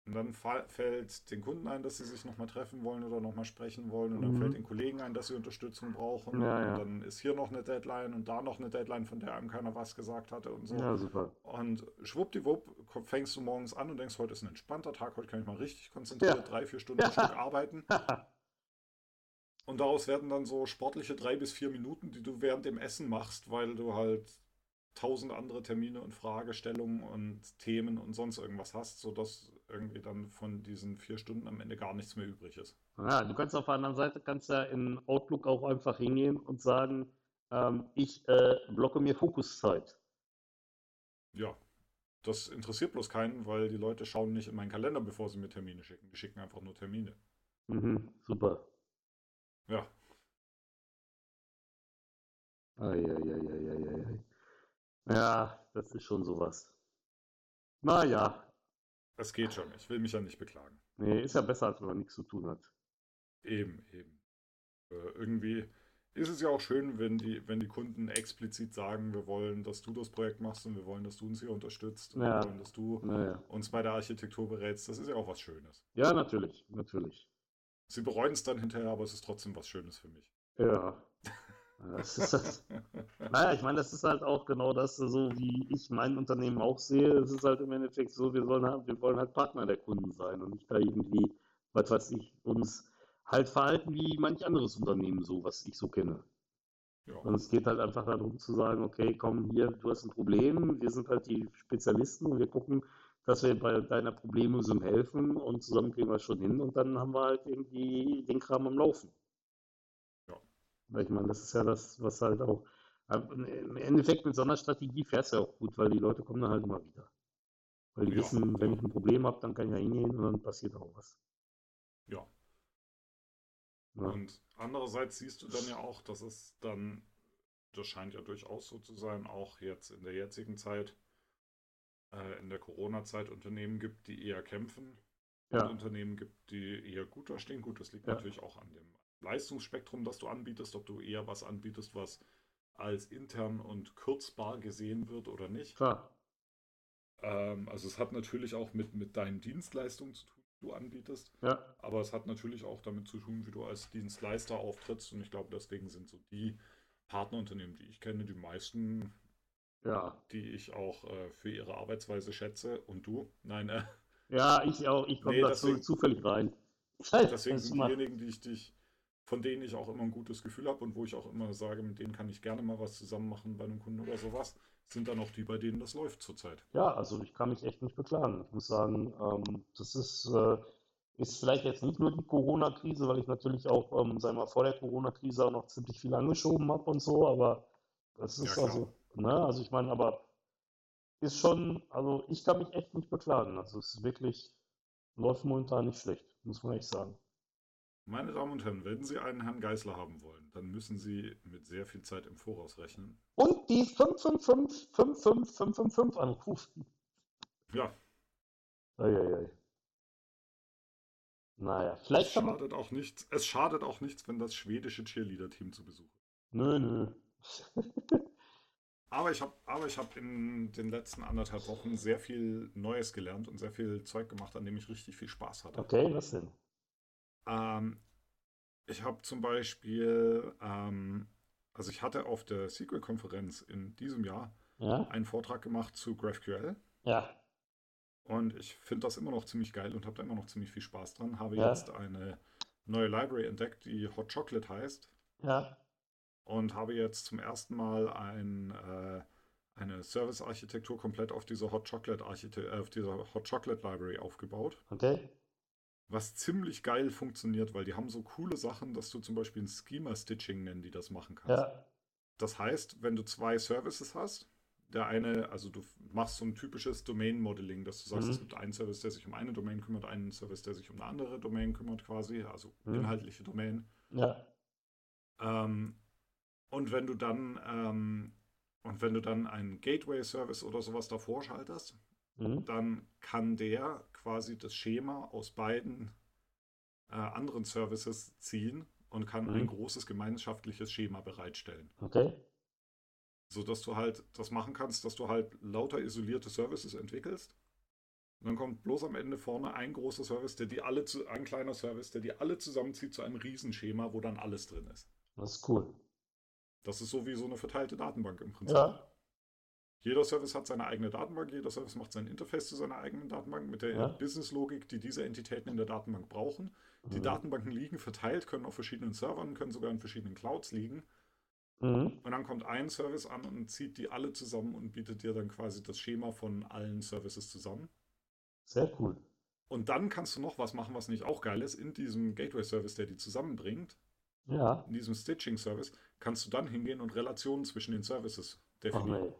[SPEAKER 4] Und dann fa- fällt den Kunden ein, dass sie sich nochmal treffen wollen oder nochmal sprechen wollen. Und dann
[SPEAKER 3] Mhm.
[SPEAKER 4] fällt den Kollegen ein, dass sie Unterstützung brauchen.
[SPEAKER 3] Ja,
[SPEAKER 4] und
[SPEAKER 3] ja.
[SPEAKER 4] dann ist hier noch eine Deadline und da noch eine Deadline, von der einem keiner was gesagt hatte und so.
[SPEAKER 3] Ja, super.
[SPEAKER 4] Und schwuppdiwupp komm- fängst du morgens an und denkst, heute ist ein entspannter Tag, heute kann ich mal richtig konzentriert
[SPEAKER 3] Ja.
[SPEAKER 4] drei, vier Stunden am Stück arbeiten. Und daraus werden dann so sportliche drei bis vier Minuten, die du während dem Essen machst, weil du halt tausend andere Termine und Fragestellungen und Themen und sonst irgendwas hast, sodass irgendwie dann von diesen vier Stunden am Ende gar nichts mehr übrig ist.
[SPEAKER 3] Ja, du kannst auf der anderen Seite kannst ja in Outlook auch einfach hingehen und sagen, ähm, ich äh, blocke mir Fokuszeit.
[SPEAKER 4] Ja, das interessiert bloß keinen, weil die Leute schauen nicht in meinen Kalender, bevor sie mir Termine schicken. Die schicken einfach nur Termine.
[SPEAKER 3] Mhm, super.
[SPEAKER 4] Ja,
[SPEAKER 3] Eieieiei. Ja, das ist schon sowas. Naja,
[SPEAKER 4] es geht schon. Ich will mich ja nicht beklagen.
[SPEAKER 3] nee, ist ja besser, als wenn man nichts zu tun hat.
[SPEAKER 4] Eben, eben. Äh, irgendwie ist es ja auch schön, wenn die, wenn die Kunden explizit sagen, wir wollen, dass du das Projekt machst und wir wollen, dass du uns hier unterstützt und
[SPEAKER 3] Ja.
[SPEAKER 4] wir wollen, dass du
[SPEAKER 3] Naja.
[SPEAKER 4] uns bei der Architektur berätst. Das ist ja auch was Schönes.
[SPEAKER 3] Ja, natürlich, natürlich.
[SPEAKER 4] Sie bereuen es dann hinterher, aber es ist trotzdem was Schönes für mich.
[SPEAKER 3] Ja. Ja, Das ist das. Naja, ich meine, das ist halt auch genau das, so wie ich mein Unternehmen auch sehe. Es ist halt im Endeffekt so, wir sollen halt, wir wollen halt Partner der Kunden sein und nicht da irgendwie, was weiß ich, uns halt verhalten wie manch anderes Unternehmen, so was ich so kenne.
[SPEAKER 4] Ja.
[SPEAKER 3] Und es geht halt einfach darum zu sagen, okay, komm hier, du hast ein Problem, wir sind halt die Spezialisten und wir gucken, dass wir bei deiner Problemlösung helfen und zusammen kriegen wir es schon hin und dann haben wir halt irgendwie den Kram am Laufen.
[SPEAKER 4] Ja.
[SPEAKER 3] Weil ich meine, das ist ja das, was halt auch, im Endeffekt mit so einer Strategie fährst du ja auch gut, weil die Leute kommen dann halt immer wieder. Weil die
[SPEAKER 4] Ja.
[SPEAKER 3] wissen, wenn ich ein Problem habe, dann kann ich ja hingehen und dann passiert auch was.
[SPEAKER 4] Ja.
[SPEAKER 3] Ja.
[SPEAKER 4] Und andererseits siehst du dann ja auch, dass es dann, das scheint ja durchaus so zu sein, auch jetzt in der jetzigen Zeit, äh, in der Corona-Zeit Unternehmen gibt, die eher kämpfen.
[SPEAKER 3] Ja.
[SPEAKER 4] und Unternehmen gibt, die eher gut dastehen. Gut, das liegt
[SPEAKER 3] Ja.
[SPEAKER 4] natürlich auch an dem Leistungsspektrum, das du anbietest, ob du eher was anbietest, was als intern und kürzbar gesehen wird oder nicht.
[SPEAKER 3] Klar.
[SPEAKER 4] Ähm, also es hat natürlich auch mit, mit deinen Dienstleistungen zu tun, die du anbietest,
[SPEAKER 3] Ja.
[SPEAKER 4] aber es hat natürlich auch damit zu tun, wie du als Dienstleister auftrittst. Und ich glaube, deswegen sind so die Partnerunternehmen, die ich kenne, die meisten,
[SPEAKER 3] Ja.
[SPEAKER 4] die ich auch äh, für ihre Arbeitsweise schätze. Und du? Nein, äh,
[SPEAKER 3] Ja, ich auch. Ich komme
[SPEAKER 4] Nee,
[SPEAKER 3] dazu
[SPEAKER 4] deswegen-
[SPEAKER 3] zufällig rein. Ich weiß
[SPEAKER 4] Deswegen
[SPEAKER 3] nicht
[SPEAKER 4] sind
[SPEAKER 3] mal.
[SPEAKER 4] diejenigen, die ich dich, von denen ich auch immer ein gutes Gefühl habe und wo ich auch immer sage, mit denen kann ich gerne mal was zusammen machen bei einem Kunden oder sowas, sind dann auch die, bei denen das läuft zurzeit.
[SPEAKER 3] Ja, also ich kann mich echt nicht beklagen. Ich muss sagen, ähm, das ist, äh, ist vielleicht jetzt nicht nur die Corona-Krise, weil ich natürlich auch, ähm, sagen wir mal, vor der Corona-Krise auch noch ziemlich viel angeschoben habe und so, aber das
[SPEAKER 4] Ja,
[SPEAKER 3] ist
[SPEAKER 4] klar.
[SPEAKER 3] also, ne, also ich meine, aber ist schon, also ich kann mich echt nicht beklagen. Also es ist wirklich, läuft momentan nicht schlecht, muss man echt sagen.
[SPEAKER 4] Meine Damen und Herren, wenn Sie einen Herrn Geißler haben wollen, dann müssen Sie mit sehr viel Zeit im Voraus rechnen.
[SPEAKER 3] Und die 555 555 555 anrufen.
[SPEAKER 4] Ja,
[SPEAKER 3] Eieiei. Naja, vielleicht
[SPEAKER 4] es
[SPEAKER 3] kann man.
[SPEAKER 4] schadet auch nichts. Es schadet auch nichts, wenn das schwedische Cheerleader-Team zu Besuch ist.
[SPEAKER 3] Nö, nö.
[SPEAKER 4] Aber ich habe aber ich habe in den letzten anderthalb Wochen sehr viel Neues gelernt und sehr viel Zeug gemacht, an dem ich richtig viel Spaß hatte.
[SPEAKER 3] Okay, was denn?
[SPEAKER 4] Ähm, ich habe zum Beispiel, ähm, also ich hatte auf der SQL-Konferenz in diesem Jahr
[SPEAKER 3] Ja?
[SPEAKER 4] einen Vortrag gemacht zu GraphQL
[SPEAKER 3] Ja.
[SPEAKER 4] und ich finde das immer noch ziemlich geil und habe da immer noch ziemlich viel Spaß dran. Habe
[SPEAKER 3] Ja.
[SPEAKER 4] jetzt eine neue Library entdeckt, die Hot Chocolate heißt
[SPEAKER 3] Ja.
[SPEAKER 4] und habe jetzt zum ersten Mal ein, äh, eine Service-Architektur komplett auf dieser Hot Chocolate-Architektur, äh, auf dieser Hot Chocolate-Library aufgebaut.
[SPEAKER 3] Okay.
[SPEAKER 4] Was ziemlich geil funktioniert, weil die haben so coole Sachen, dass du zum Beispiel ein Schema-Stitching nennen, die das machen kannst.
[SPEAKER 3] Ja.
[SPEAKER 4] Das heißt, wenn du zwei Services hast, der eine, also du machst so ein typisches Domain-Modeling, dass du sagst,
[SPEAKER 3] Mhm.
[SPEAKER 4] es gibt einen Service, der sich um eine Domain kümmert, einen Service, der sich um eine andere Domain kümmert, quasi, also
[SPEAKER 3] Mhm.
[SPEAKER 4] inhaltliche Domain.
[SPEAKER 3] Ja.
[SPEAKER 4] Ähm, und wenn du dann, ähm, und wenn du dann einen Gateway-Service oder sowas davor schaltest,
[SPEAKER 3] Mhm.
[SPEAKER 4] dann kann der quasi das Schema aus beiden äh, anderen Services ziehen und kann
[SPEAKER 3] Mhm.
[SPEAKER 4] ein großes gemeinschaftliches Schema bereitstellen.
[SPEAKER 3] Okay.
[SPEAKER 4] Sodass du halt das machen kannst, dass du halt lauter isolierte Services entwickelst. Und dann kommt bloß am Ende vorne ein großer Service, der die alle zu, ein kleiner Service, der die alle zusammenzieht zu einem Riesenschema, wo dann alles drin ist.
[SPEAKER 3] Das ist cool.
[SPEAKER 4] Das ist so wie so eine verteilte Datenbank im Prinzip.
[SPEAKER 3] Ja.
[SPEAKER 4] Jeder Service hat seine eigene Datenbank, jeder Service macht sein Interface zu seiner eigenen Datenbank mit der
[SPEAKER 3] Ja.
[SPEAKER 4] Business-Logik, die diese Entitäten in der Datenbank brauchen. Die
[SPEAKER 3] Mhm.
[SPEAKER 4] Datenbanken liegen verteilt, können auf verschiedenen Servern, können sogar in verschiedenen Clouds liegen.
[SPEAKER 3] Mhm.
[SPEAKER 4] Und dann kommt ein Service an und zieht die alle zusammen und bietet dir dann quasi das Schema von allen Services zusammen.
[SPEAKER 3] Sehr cool.
[SPEAKER 4] Und dann kannst du noch was machen, was nicht auch geil ist. In diesem Gateway-Service, der die zusammenbringt,
[SPEAKER 3] Ja.
[SPEAKER 4] in diesem Stitching-Service, kannst du dann hingehen und Relationen zwischen den Services
[SPEAKER 3] Ach
[SPEAKER 4] definieren.
[SPEAKER 3] nee.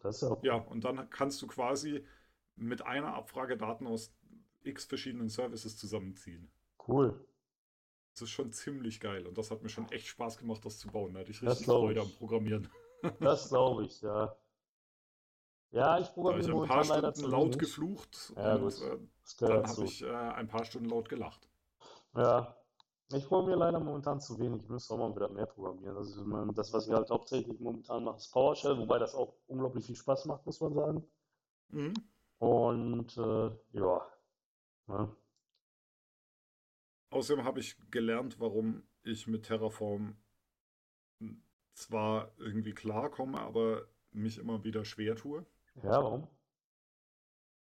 [SPEAKER 3] Das ist ja auch
[SPEAKER 4] Ja, und dann kannst du quasi mit einer Abfrage Daten aus x verschiedenen Services zusammenziehen.
[SPEAKER 3] cool.
[SPEAKER 4] Das ist schon ziemlich geil und das hat mir schon echt Spaß gemacht, das zu bauen. Da hatte ich
[SPEAKER 3] Das
[SPEAKER 4] richtig
[SPEAKER 3] glaub
[SPEAKER 4] Freude
[SPEAKER 3] ich.
[SPEAKER 4] am Programmieren.
[SPEAKER 3] Das glaube ich, ja. Ja, ich
[SPEAKER 4] Da habe ich
[SPEAKER 3] programmiere
[SPEAKER 4] ein paar
[SPEAKER 3] momentan leider
[SPEAKER 4] Stunden
[SPEAKER 3] zu
[SPEAKER 4] laut
[SPEAKER 3] wenig.
[SPEAKER 4] geflucht
[SPEAKER 3] Ja,
[SPEAKER 4] und äh,
[SPEAKER 3] gut. Das
[SPEAKER 4] dann
[SPEAKER 3] gehört
[SPEAKER 4] habe
[SPEAKER 3] dazu.
[SPEAKER 4] ich äh, ein paar Stunden laut gelacht.
[SPEAKER 3] Ja. Ich programmiere leider momentan zu wenig. Ich müsste auch mal wieder mehr programmieren. Also ich meine, das, was ich halt hauptsächlich momentan mache, ist PowerShell, wobei das auch unglaublich viel Spaß macht, muss man sagen.
[SPEAKER 4] Mhm.
[SPEAKER 3] Und äh, ja. Ne?
[SPEAKER 4] Außerdem habe ich gelernt, warum ich mit Terraform zwar irgendwie klarkomme, aber mich immer wieder schwer tue.
[SPEAKER 3] Ja, warum?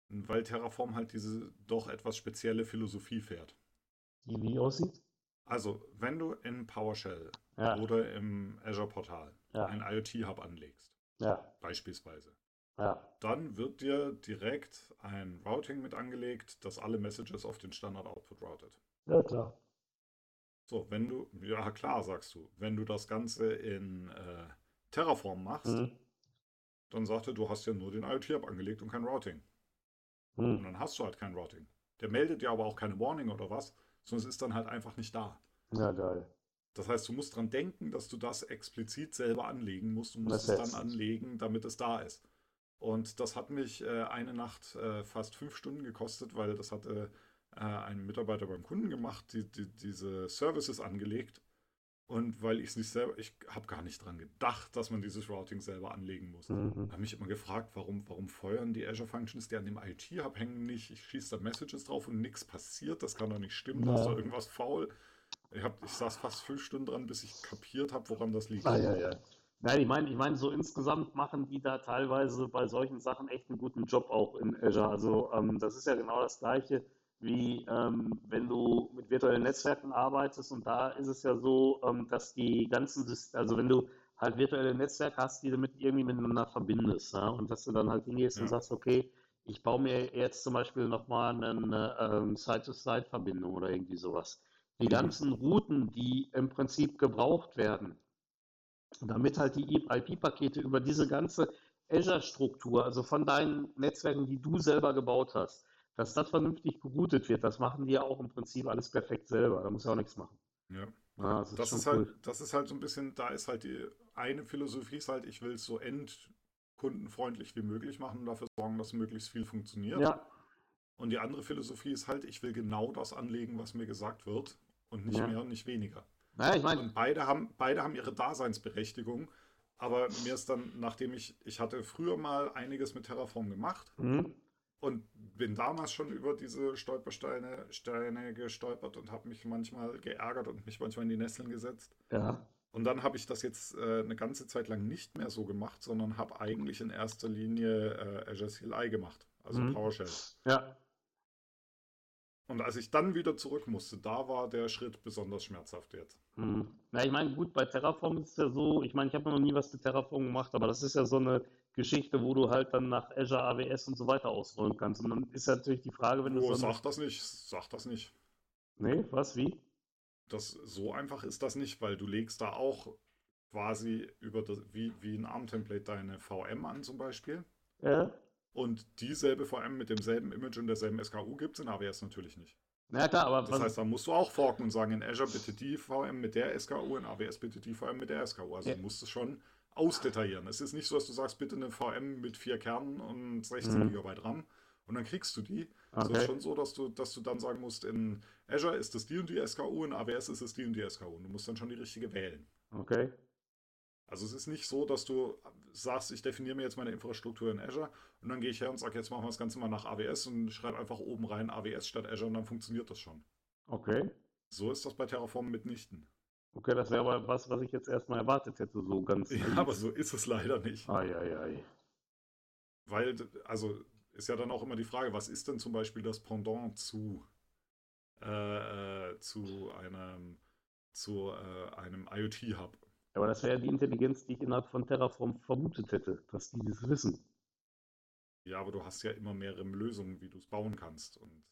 [SPEAKER 4] Weil Terraform halt diese doch etwas spezielle Philosophie fährt.
[SPEAKER 3] Die wie aussieht?
[SPEAKER 4] Also, wenn du in PowerShell
[SPEAKER 3] Ja,
[SPEAKER 4] oder im Azure Portal
[SPEAKER 3] ja,
[SPEAKER 4] einen IoT-Hub anlegst,
[SPEAKER 3] ja,
[SPEAKER 4] beispielsweise,
[SPEAKER 3] ja.
[SPEAKER 4] dann wird dir direkt ein Routing mit angelegt, das alle Messages auf den Standard-Output routet.
[SPEAKER 3] Ja, klar.
[SPEAKER 4] So, wenn du, ja klar, sagst du, wenn du das Ganze in äh, Terraform machst,
[SPEAKER 3] Hm,
[SPEAKER 4] dann sagt er, du hast ja nur den IoT-Hub angelegt und kein Routing. Und
[SPEAKER 3] hm,
[SPEAKER 4] dann hast du halt kein Routing. Der meldet dir aber auch keine Warning oder was, sondern es ist dann halt einfach nicht da.
[SPEAKER 3] ja, geil.
[SPEAKER 4] Das heißt, du musst dran denken, dass du das explizit selber anlegen musst. Du musst es
[SPEAKER 3] Das heißt-
[SPEAKER 4] dann anlegen, damit es da ist. Und das hat mich äh, eine Nacht äh, fast fünf Stunden gekostet, weil das hatte äh, ein Mitarbeiter beim Kunden gemacht, die, die, diese Services angelegt. Und weil ich es nicht selber, ich habe gar nicht dran gedacht, dass man dieses Routing selber anlegen muss.
[SPEAKER 3] Mhm.
[SPEAKER 4] Habe mich immer gefragt, warum, warum feuern die Azure Functions, die an dem IT-Hub hängen, nicht? Ich schieße da Messages drauf und nichts passiert. Das kann doch nicht stimmen. Da ist
[SPEAKER 3] Ja.
[SPEAKER 4] doch irgendwas faul. Ich, hab, ich saß fast fünf Stunden dran, bis ich kapiert habe, woran das liegt.
[SPEAKER 3] Ah, ja, ja. Nein, ich meine, ich meine, so insgesamt machen die da teilweise bei solchen Sachen echt einen guten Job auch in Azure. Also ähm, das ist ja genau das Gleiche, wie ähm, wenn du mit virtuellen Netzwerken arbeitest und da ist es ja so, ähm, dass die ganzen, Sys- also wenn du halt virtuelle Netzwerke hast, die du mit irgendwie miteinander verbindest, ja, und dass du dann halt hingehst und
[SPEAKER 4] Ja.
[SPEAKER 3] sagst, okay, ich baue mir jetzt zum Beispiel nochmal eine ähm, Side-to-Side-Verbindung oder irgendwie sowas. Die ganzen Routen, die im Prinzip gebraucht werden, damit halt die IP-Pakete über diese ganze Azure-Struktur, also von deinen Netzwerken, die du selber gebaut hast, dass das vernünftig geroutet wird, das machen die ja auch im Prinzip alles perfekt selber. Da muss ja auch nichts machen.
[SPEAKER 4] Ja.
[SPEAKER 3] Ja, das ist
[SPEAKER 4] Das
[SPEAKER 3] schon
[SPEAKER 4] ist halt,
[SPEAKER 3] cool.
[SPEAKER 4] das ist halt so ein bisschen, da ist halt die eine Philosophie ist halt, ich will es so endkundenfreundlich wie möglich machen und dafür sorgen, dass möglichst viel funktioniert.
[SPEAKER 3] Ja,
[SPEAKER 4] Und die andere Philosophie ist halt, ich will genau das anlegen, was mir gesagt wird und nicht
[SPEAKER 3] Ja.
[SPEAKER 4] mehr und nicht weniger.
[SPEAKER 3] naja, ich meine,
[SPEAKER 4] Und beide haben, beide haben ihre Daseinsberechtigung. Aber mir ist dann, nachdem ich, ich hatte früher mal einiges mit Terraform gemacht
[SPEAKER 3] hm,
[SPEAKER 4] und bin damals schon über diese Stolpersteine Steine gestolpert und habe mich manchmal geärgert und mich manchmal in die Nesseln gesetzt.
[SPEAKER 3] ja,
[SPEAKER 4] Und dann habe ich das jetzt äh, eine ganze Zeit lang nicht mehr so gemacht, sondern habe eigentlich in erster Linie äh, Azure CLI gemacht, also
[SPEAKER 3] Mhm.
[SPEAKER 4] PowerShell.
[SPEAKER 3] ja,
[SPEAKER 4] Und als ich dann wieder zurück musste, da war der Schritt besonders schmerzhaft jetzt.
[SPEAKER 3] Hm. Na, ich meine, gut, bei Terraform ist es ja so, ich meine, ich habe noch nie was mit Terraform gemacht, aber das ist ja so eine Geschichte, wo du halt dann nach Azure AWS und so weiter ausrollen kannst. Und dann ist ja natürlich die Frage, wenn du
[SPEAKER 4] Oh,
[SPEAKER 3] so eine...
[SPEAKER 4] sag das nicht, sag das nicht.
[SPEAKER 3] Nee, was, wie?
[SPEAKER 4] Das, so einfach ist das nicht, weil du legst da auch quasi über das, wie, wie ein ARM-Template deine VM an zum Beispiel.
[SPEAKER 3] Ja,
[SPEAKER 4] Und dieselbe VM mit demselben Image und derselben SKU gibt es in AWS natürlich nicht.
[SPEAKER 3] na klar, aber
[SPEAKER 4] Das
[SPEAKER 3] was...
[SPEAKER 4] heißt, da musst du auch forken und sagen, in Azure bitte die VM mit der SKU, in AWS bitte die VM mit der SKU. Also
[SPEAKER 3] Ja.
[SPEAKER 4] du musst es schon ausdetaillieren. Es ist nicht so, dass du sagst, bitte eine VM mit vier Kernen und 16
[SPEAKER 3] Mhm.
[SPEAKER 4] GB RAM und dann kriegst du die. Also es ist
[SPEAKER 3] Okay,
[SPEAKER 4] schon so, dass du, dass du dann sagen musst, in Azure ist das die und die SKU, in AWS ist es die und die SKU. Und du musst dann schon die richtige wählen.
[SPEAKER 3] okay.
[SPEAKER 4] Also es ist nicht so, dass du sagst, ich definiere mir jetzt meine Infrastruktur in Azure und dann gehe ich her und sage, jetzt machen wir das Ganze mal nach AWS und schreibe einfach oben rein AWS statt Azure und dann funktioniert das schon.
[SPEAKER 3] Okay,
[SPEAKER 4] So ist das bei Terraform mitnichten.
[SPEAKER 3] okay, das wäre aber was, was ich jetzt erstmal erwartet hätte, so ganz...
[SPEAKER 4] Ja, aber so ist es leider nicht.
[SPEAKER 3] Ai, ai, ai.
[SPEAKER 4] Weil, also ist ja dann auch immer die Frage, was ist denn zum Beispiel das Pendant zu, äh, äh, zu einem, zu äh, einem IoT-Hub?
[SPEAKER 3] Aber das wäre ja die Intelligenz, die ich innerhalb von Terraform vermutet hätte, dass die das wissen.
[SPEAKER 4] Ja, aber du hast ja immer mehrere Lösungen, wie du es bauen kannst. Und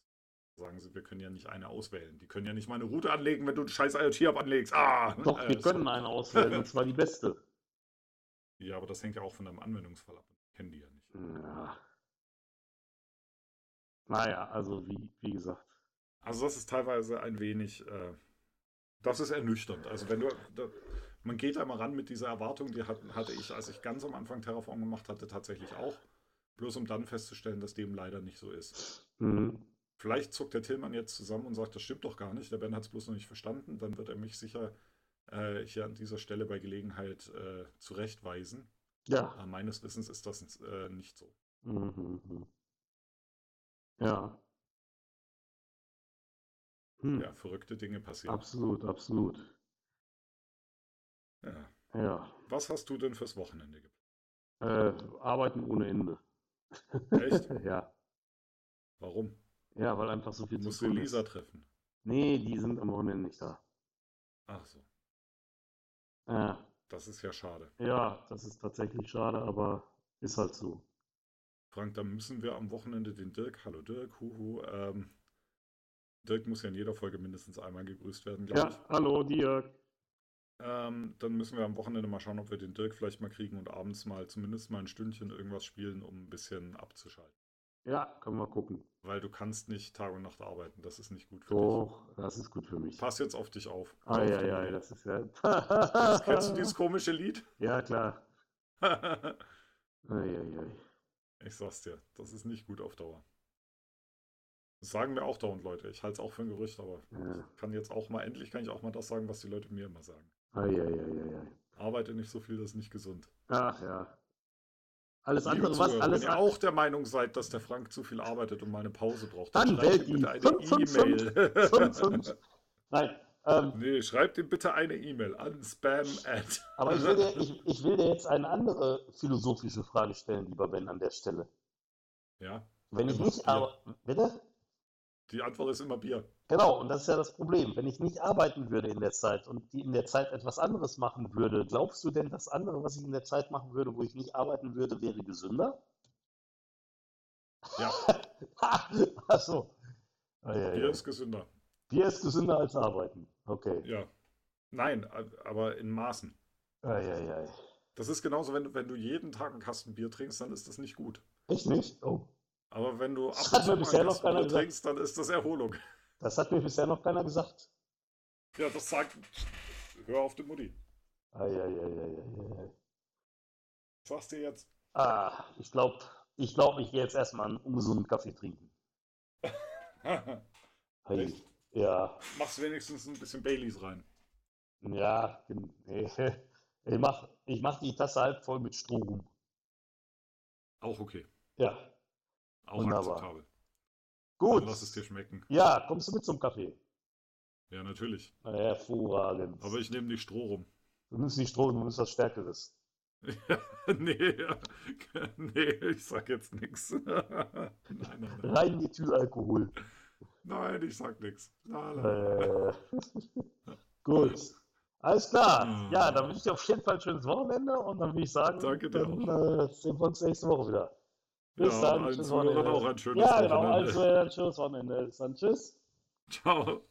[SPEAKER 4] sagen sie, wir können ja nicht eine auswählen. Die können ja nicht meine Route anlegen, wenn du einen scheiß IoT-Hub anlegst. Ah!
[SPEAKER 3] Doch,
[SPEAKER 4] Äh,
[SPEAKER 3] wir können
[SPEAKER 4] so.
[SPEAKER 3] eine auswählen, und zwar die beste.
[SPEAKER 4] Ja, aber das hängt ja auch von deinem Anwendungsfall ab. Kennen die ja nicht.
[SPEAKER 3] Ja. Naja, also wie, wie gesagt.
[SPEAKER 4] Also das ist teilweise ein wenig, äh, das ist ernüchternd. Also wenn du, da, man geht da mal ran mit dieser Erwartung, die hatten, hatte ich, als ich ganz am Anfang Terraform gemacht hatte, tatsächlich auch. Bloß um dann festzustellen, dass dem leider nicht so ist.
[SPEAKER 3] Mhm.
[SPEAKER 4] Vielleicht zuckt der Tillmann jetzt zusammen und sagt, das stimmt doch gar nicht. Der Ben hat es bloß noch nicht verstanden. Dann wird er mich sicher äh, hier an dieser Stelle bei Gelegenheit äh, zurechtweisen.
[SPEAKER 3] Ja.
[SPEAKER 4] Aber meines Wissens ist das äh, nicht so.
[SPEAKER 3] Mhm. Ja. Hm.
[SPEAKER 4] Ja, verrückte Dinge passieren.
[SPEAKER 3] Absolut, absolut.
[SPEAKER 4] Ja.
[SPEAKER 3] Ja.
[SPEAKER 4] Was hast du denn fürs Wochenende geplant?
[SPEAKER 3] Äh, arbeiten ohne Ende.
[SPEAKER 4] Echt?
[SPEAKER 3] Ja.
[SPEAKER 4] Warum?
[SPEAKER 3] Ja, weil einfach so viel
[SPEAKER 4] Du
[SPEAKER 3] zu
[SPEAKER 4] musst
[SPEAKER 3] tun
[SPEAKER 4] Elisa
[SPEAKER 3] ist.
[SPEAKER 4] treffen.
[SPEAKER 3] Nee, die sind am Wochenende nicht da.
[SPEAKER 4] Ach so,
[SPEAKER 3] Äh,
[SPEAKER 4] das ist ja schade.
[SPEAKER 3] ja, das ist tatsächlich schade, aber ist halt so.
[SPEAKER 4] Frank, da müssen wir am Wochenende den Dirk, hallo Dirk, huhu, ähm, Dirk muss ja in jeder Folge mindestens einmal gegrüßt werden, glaube ich.
[SPEAKER 3] Ja, hallo, Dirk.
[SPEAKER 4] Ähm, dann müssen wir am Wochenende mal schauen, ob wir den Dirk vielleicht mal kriegen und abends mal zumindest mal ein Stündchen irgendwas spielen, um ein bisschen abzuschalten.
[SPEAKER 3] Ja, können wir gucken.
[SPEAKER 4] Weil du kannst nicht Tag und Nacht arbeiten, das ist nicht gut für
[SPEAKER 3] Doch, das ist gut für mich.
[SPEAKER 4] dich. Pass jetzt auf dich auf.
[SPEAKER 3] Ah, ja,
[SPEAKER 4] Auf-
[SPEAKER 3] ja, ja, das ist ja.
[SPEAKER 4] Kennst, kennst du dieses komische Lied?
[SPEAKER 3] Ja, klar. Eieiei.
[SPEAKER 4] ich sag's dir, das ist nicht gut auf Dauer. Das sagen mir auch dauernd Leute. Ich halte es auch für ein Gerücht, aber
[SPEAKER 3] Ja.
[SPEAKER 4] Ich kann jetzt auch mal, endlich kann ich auch mal das sagen, was die Leute mir immer sagen.
[SPEAKER 3] Eieiei.
[SPEAKER 4] Arbeite nicht so viel, das ist nicht gesund.
[SPEAKER 3] Ach ja. Alles
[SPEAKER 4] Liebe
[SPEAKER 3] andere, was
[SPEAKER 4] Zuhörer,
[SPEAKER 3] alles
[SPEAKER 4] Wenn ihr
[SPEAKER 3] an-
[SPEAKER 4] auch der Meinung seid, dass der Frank zu viel arbeitet und mal eine Pause braucht,
[SPEAKER 3] Dann
[SPEAKER 4] schreibt
[SPEAKER 3] wählt
[SPEAKER 4] ihm
[SPEAKER 3] ihn.
[SPEAKER 4] bitte eine
[SPEAKER 3] Fünf, fünf, Fünf,
[SPEAKER 4] E-Mail.
[SPEAKER 3] fünf. Nein, ähm,
[SPEAKER 4] Nee, schreibt ihm bitte eine E-Mail an spam at.
[SPEAKER 3] aber Also ich will, dir, ich, ich will dir jetzt eine andere philosophische Frage stellen, lieber Ben, an der Stelle.
[SPEAKER 4] Ja,
[SPEAKER 3] Wenn ich
[SPEAKER 4] Immer
[SPEAKER 3] nicht
[SPEAKER 4] Bier.
[SPEAKER 3] arbeite, bitte?
[SPEAKER 4] die Antwort ist immer Bier.
[SPEAKER 3] Genau, und das ist ja das Problem. Wenn ich nicht arbeiten würde in der Zeit und die in der Zeit etwas anderes machen würde, glaubst du denn, das andere, was ich in der Zeit machen würde, wo ich nicht arbeiten würde, wäre gesünder?
[SPEAKER 4] Ja,
[SPEAKER 3] Ach so. Ah, ja,
[SPEAKER 4] Bier
[SPEAKER 3] ja.
[SPEAKER 4] ist gesünder.
[SPEAKER 3] Bier ist gesünder als arbeiten. Okay.
[SPEAKER 4] Ja. Nein, aber in Maßen.
[SPEAKER 3] Ah, ja, ja.
[SPEAKER 4] Das ist genauso, wenn du, wenn du jeden Tag einen Kasten Bier trinkst, dann ist das nicht gut.
[SPEAKER 3] Echt nicht? Oh.
[SPEAKER 4] Aber wenn du ab und
[SPEAKER 3] Das hat
[SPEAKER 4] zu
[SPEAKER 3] mir
[SPEAKER 4] mal
[SPEAKER 3] bisher noch
[SPEAKER 4] Gastrolle
[SPEAKER 3] keiner gesagt.
[SPEAKER 4] trinkst, dann ist das Erholung.
[SPEAKER 3] Das hat mir bisher noch keiner gesagt.
[SPEAKER 4] Ja, das sagt. Hör auf die Mutti.
[SPEAKER 3] Eieieiei.
[SPEAKER 4] Ich sag's dir jetzt.
[SPEAKER 3] Ah, ich glaube, ich, glaub, ich gehe jetzt erstmal einen ungesunden Kaffee trinken. Hey.
[SPEAKER 4] Echt?
[SPEAKER 3] Ja,
[SPEAKER 4] Mach's wenigstens ein bisschen Baileys rein.
[SPEAKER 3] ja, gen- ich mach, ich mach die Tasse halb voll mit Strom.
[SPEAKER 4] Auch okay.
[SPEAKER 3] Ja,
[SPEAKER 4] Auch
[SPEAKER 3] Wunderbar.
[SPEAKER 4] akzeptabel.
[SPEAKER 3] gut.
[SPEAKER 4] Dann lass es dir schmecken.
[SPEAKER 3] Ja, kommst du mit zum Kaffee?
[SPEAKER 4] Ja, natürlich.
[SPEAKER 3] Hervorragend.
[SPEAKER 4] Aber ich nehme nicht Stroh rum.
[SPEAKER 3] Du nimmst nicht Strom, du nimmst was Stärkeres.
[SPEAKER 4] nee, ja. nee, ich sag jetzt nix. nein, nein, nein.
[SPEAKER 3] Rein Methylalkohol.
[SPEAKER 4] Nein, ich sag nix. La, la.
[SPEAKER 3] Äh, gut. Alles klar.
[SPEAKER 4] Hm.
[SPEAKER 3] Ja, dann wünsche ich dir auf jeden Fall ein schönes Wochenende und dann würde ich sagen,
[SPEAKER 4] Danke dir
[SPEAKER 3] dann äh, sehen wir uns nächste Woche wieder. Bis
[SPEAKER 4] Ja,
[SPEAKER 3] dann.
[SPEAKER 4] allen
[SPEAKER 3] schönes
[SPEAKER 4] Zuhörern
[SPEAKER 3] Wochenende.
[SPEAKER 4] auch ein schönes
[SPEAKER 3] Ja, genau.
[SPEAKER 4] Wochenende.
[SPEAKER 3] Also, ein schönes Wochenende. Bis dann. Tschüss.
[SPEAKER 4] Ciao.